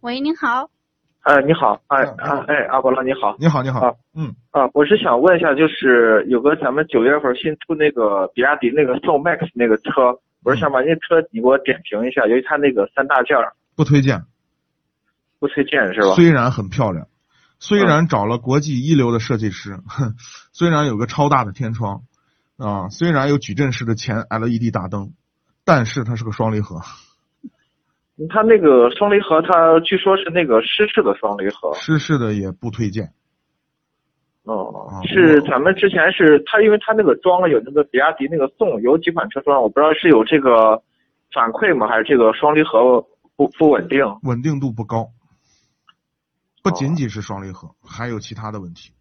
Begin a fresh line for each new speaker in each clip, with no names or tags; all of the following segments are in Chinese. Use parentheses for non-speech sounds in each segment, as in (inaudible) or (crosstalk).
喂，您好，
呃，你好，哎
啊你好
啊，哎，阿波罗你好
你好，你好
啊，
嗯，
啊，我是想问一下，就是有个咱们九月份新出那个比亚迪那个宋 MAX 那个车，我是想把那车你给我点评一下，由于它那个三大件儿
不推荐。
不推荐是吧？嗯
虽然很漂亮，虽然找了国际一流的设计师， (laughs) 哼，虽然有个超大的天窗，啊，虽然有矩阵式的前 LED 大灯，但是它是个双离合，
嗯它那个双离合，它据说是那个湿式的双离合，
湿式的也不推荐。
哦
啊，
是咱们之前是它，因为它那个装了有那个比亚迪那个宋，有几款车装，我不知道是有这个反馈吗，还是这个双离合不不稳定？
稳定度不高，不仅仅是双离合，还有其他的问题。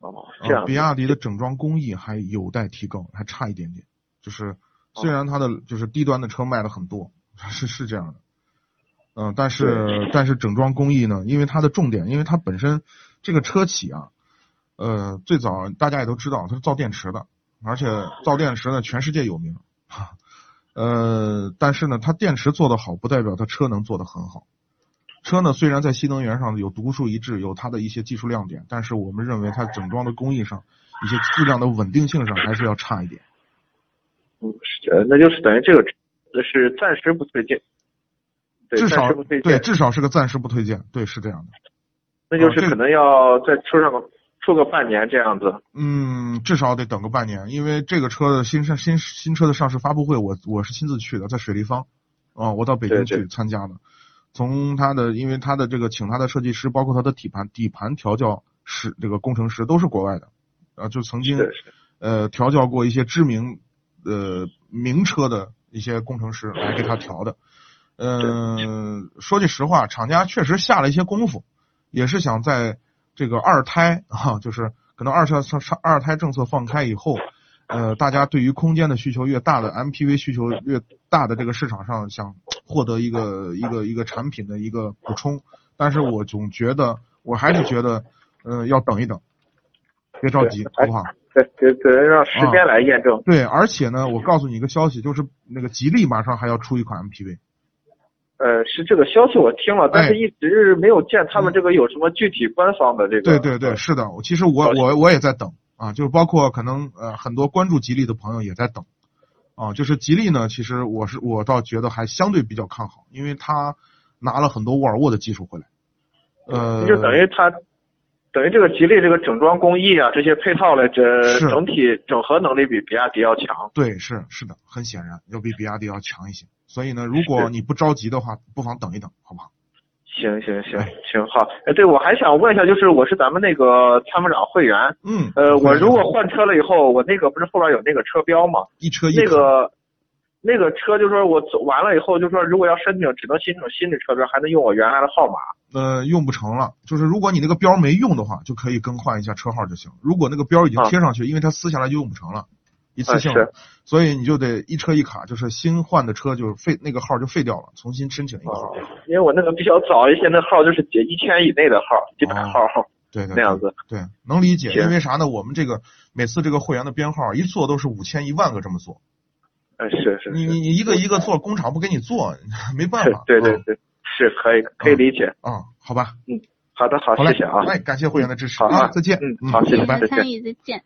哦，这
啊，
样
比亚迪的整装工艺还有待提高，还差一点点。就是虽然它的就是低端的车卖了很多， (laughs) 是是这样的，嗯、但是
对
(laughs) 但是整装工艺呢，因为它的重点，因为它本身这个车企啊，呃，最早大家也都知道它是造电池的，而且造电池呢全世界有名， (laughs) 哈，呃，但是呢，它电池做得好，不代表它车能做得很好。车呢，虽然在新能源上有独树一帜，有它的一些技术亮点，但是我们认为它整装的工艺上，一些质量的稳定性上还是要差一点。
嗯是呃，那就是等于这个车是暂时不推荐，对，
至
暂
少
时不推
对，
荐，
至少是个暂时不推荐。对，是这样的。
那就
啊这
是
个
可能要再出上个出个半年这样子。
嗯，至少得等个半年，因为这个车的新上新新车的上市发布会我，我是亲自去的，在水立方，啊、我到北京
对对
去参加的。从它的，因为它的这个请它的设计师，包括它的底盘底盘调教师，这个工程师都是国外的，啊，就曾经
是是
呃调教过一些知名呃名车的一些工程师来给他调的。嗯、说句实话，厂家确实下了一些功夫，也是想在这个二胎啊，就是可能二胎二胎政策放开以后，呃，大家对于空间的需求越大的 MPV 需求越大的这个市场上，想获得一个一个一个产品的一个补充。但是我总觉得，我还是觉得，呃，要等一等，别着急，好不好？
对，得得让时
啊
间来验证。
对，而且呢，我告诉你一个消息，就是那个吉利马上还要出一款 MPV，
呃，是这个消息我听了，但
哎嗯
是一直没有见他们这个有什么具体官方的这个。
对对对，是的，我其实我
好
我我也在等啊，就是包括可能呃很多关注吉利的朋友也在等啊，就是吉利呢，其实我是我倒觉得还相对比较看好，因为他拿了很多沃尔沃的技术回来，呃，
就等于它，等于这个吉利这个整装工艺啊，这些配套的这
是
整体整合能力比比亚迪要强。
对是是的，很显然要比比亚迪要强一些，所以呢，如果
是
你不着急的话，不妨等一等，好不好？
行行行行好，哎，对我还想问一下，就是我是咱们那个参谋长会员，
嗯，
呃，我
会
如果换车了以后，我那个不是后边有那个车标嘛，
一车一
那
卡
个那个车就说我走完了以后，就说如果要申请，只能申请新的车标，还能用我原来的号码。
呃，用不成了。就是如果你那个标没用的话，就可以更换一下车号就行。如果那个标已经贴上去，因为它撕下来就用不成了，一次性的，
啊是
所以你就得一车一卡，就是新换的车就是废那个号就废掉了，重新申请一个号。
哦，因为我那个比较早一些，那号就是解一千以内的号，几
哦
百号、
对对
那样
对
子。
对，能理解。
行
因为啥呢？我们这个每次这个会员的编号一做都是五千一万个这么做，
嗯，是是
你
是，
你你一个一个做，工厂不给你做， (laughs) 没办
是
法。
(laughs) 对对对，是可以可以理解。
啊、嗯好吧，
好的，好，
好
谢
嘞，
谢啊。
哎，感谢会员的支持
好啊
啊，再见，
嗯好谢谢
拜拜
再见
参与，再见。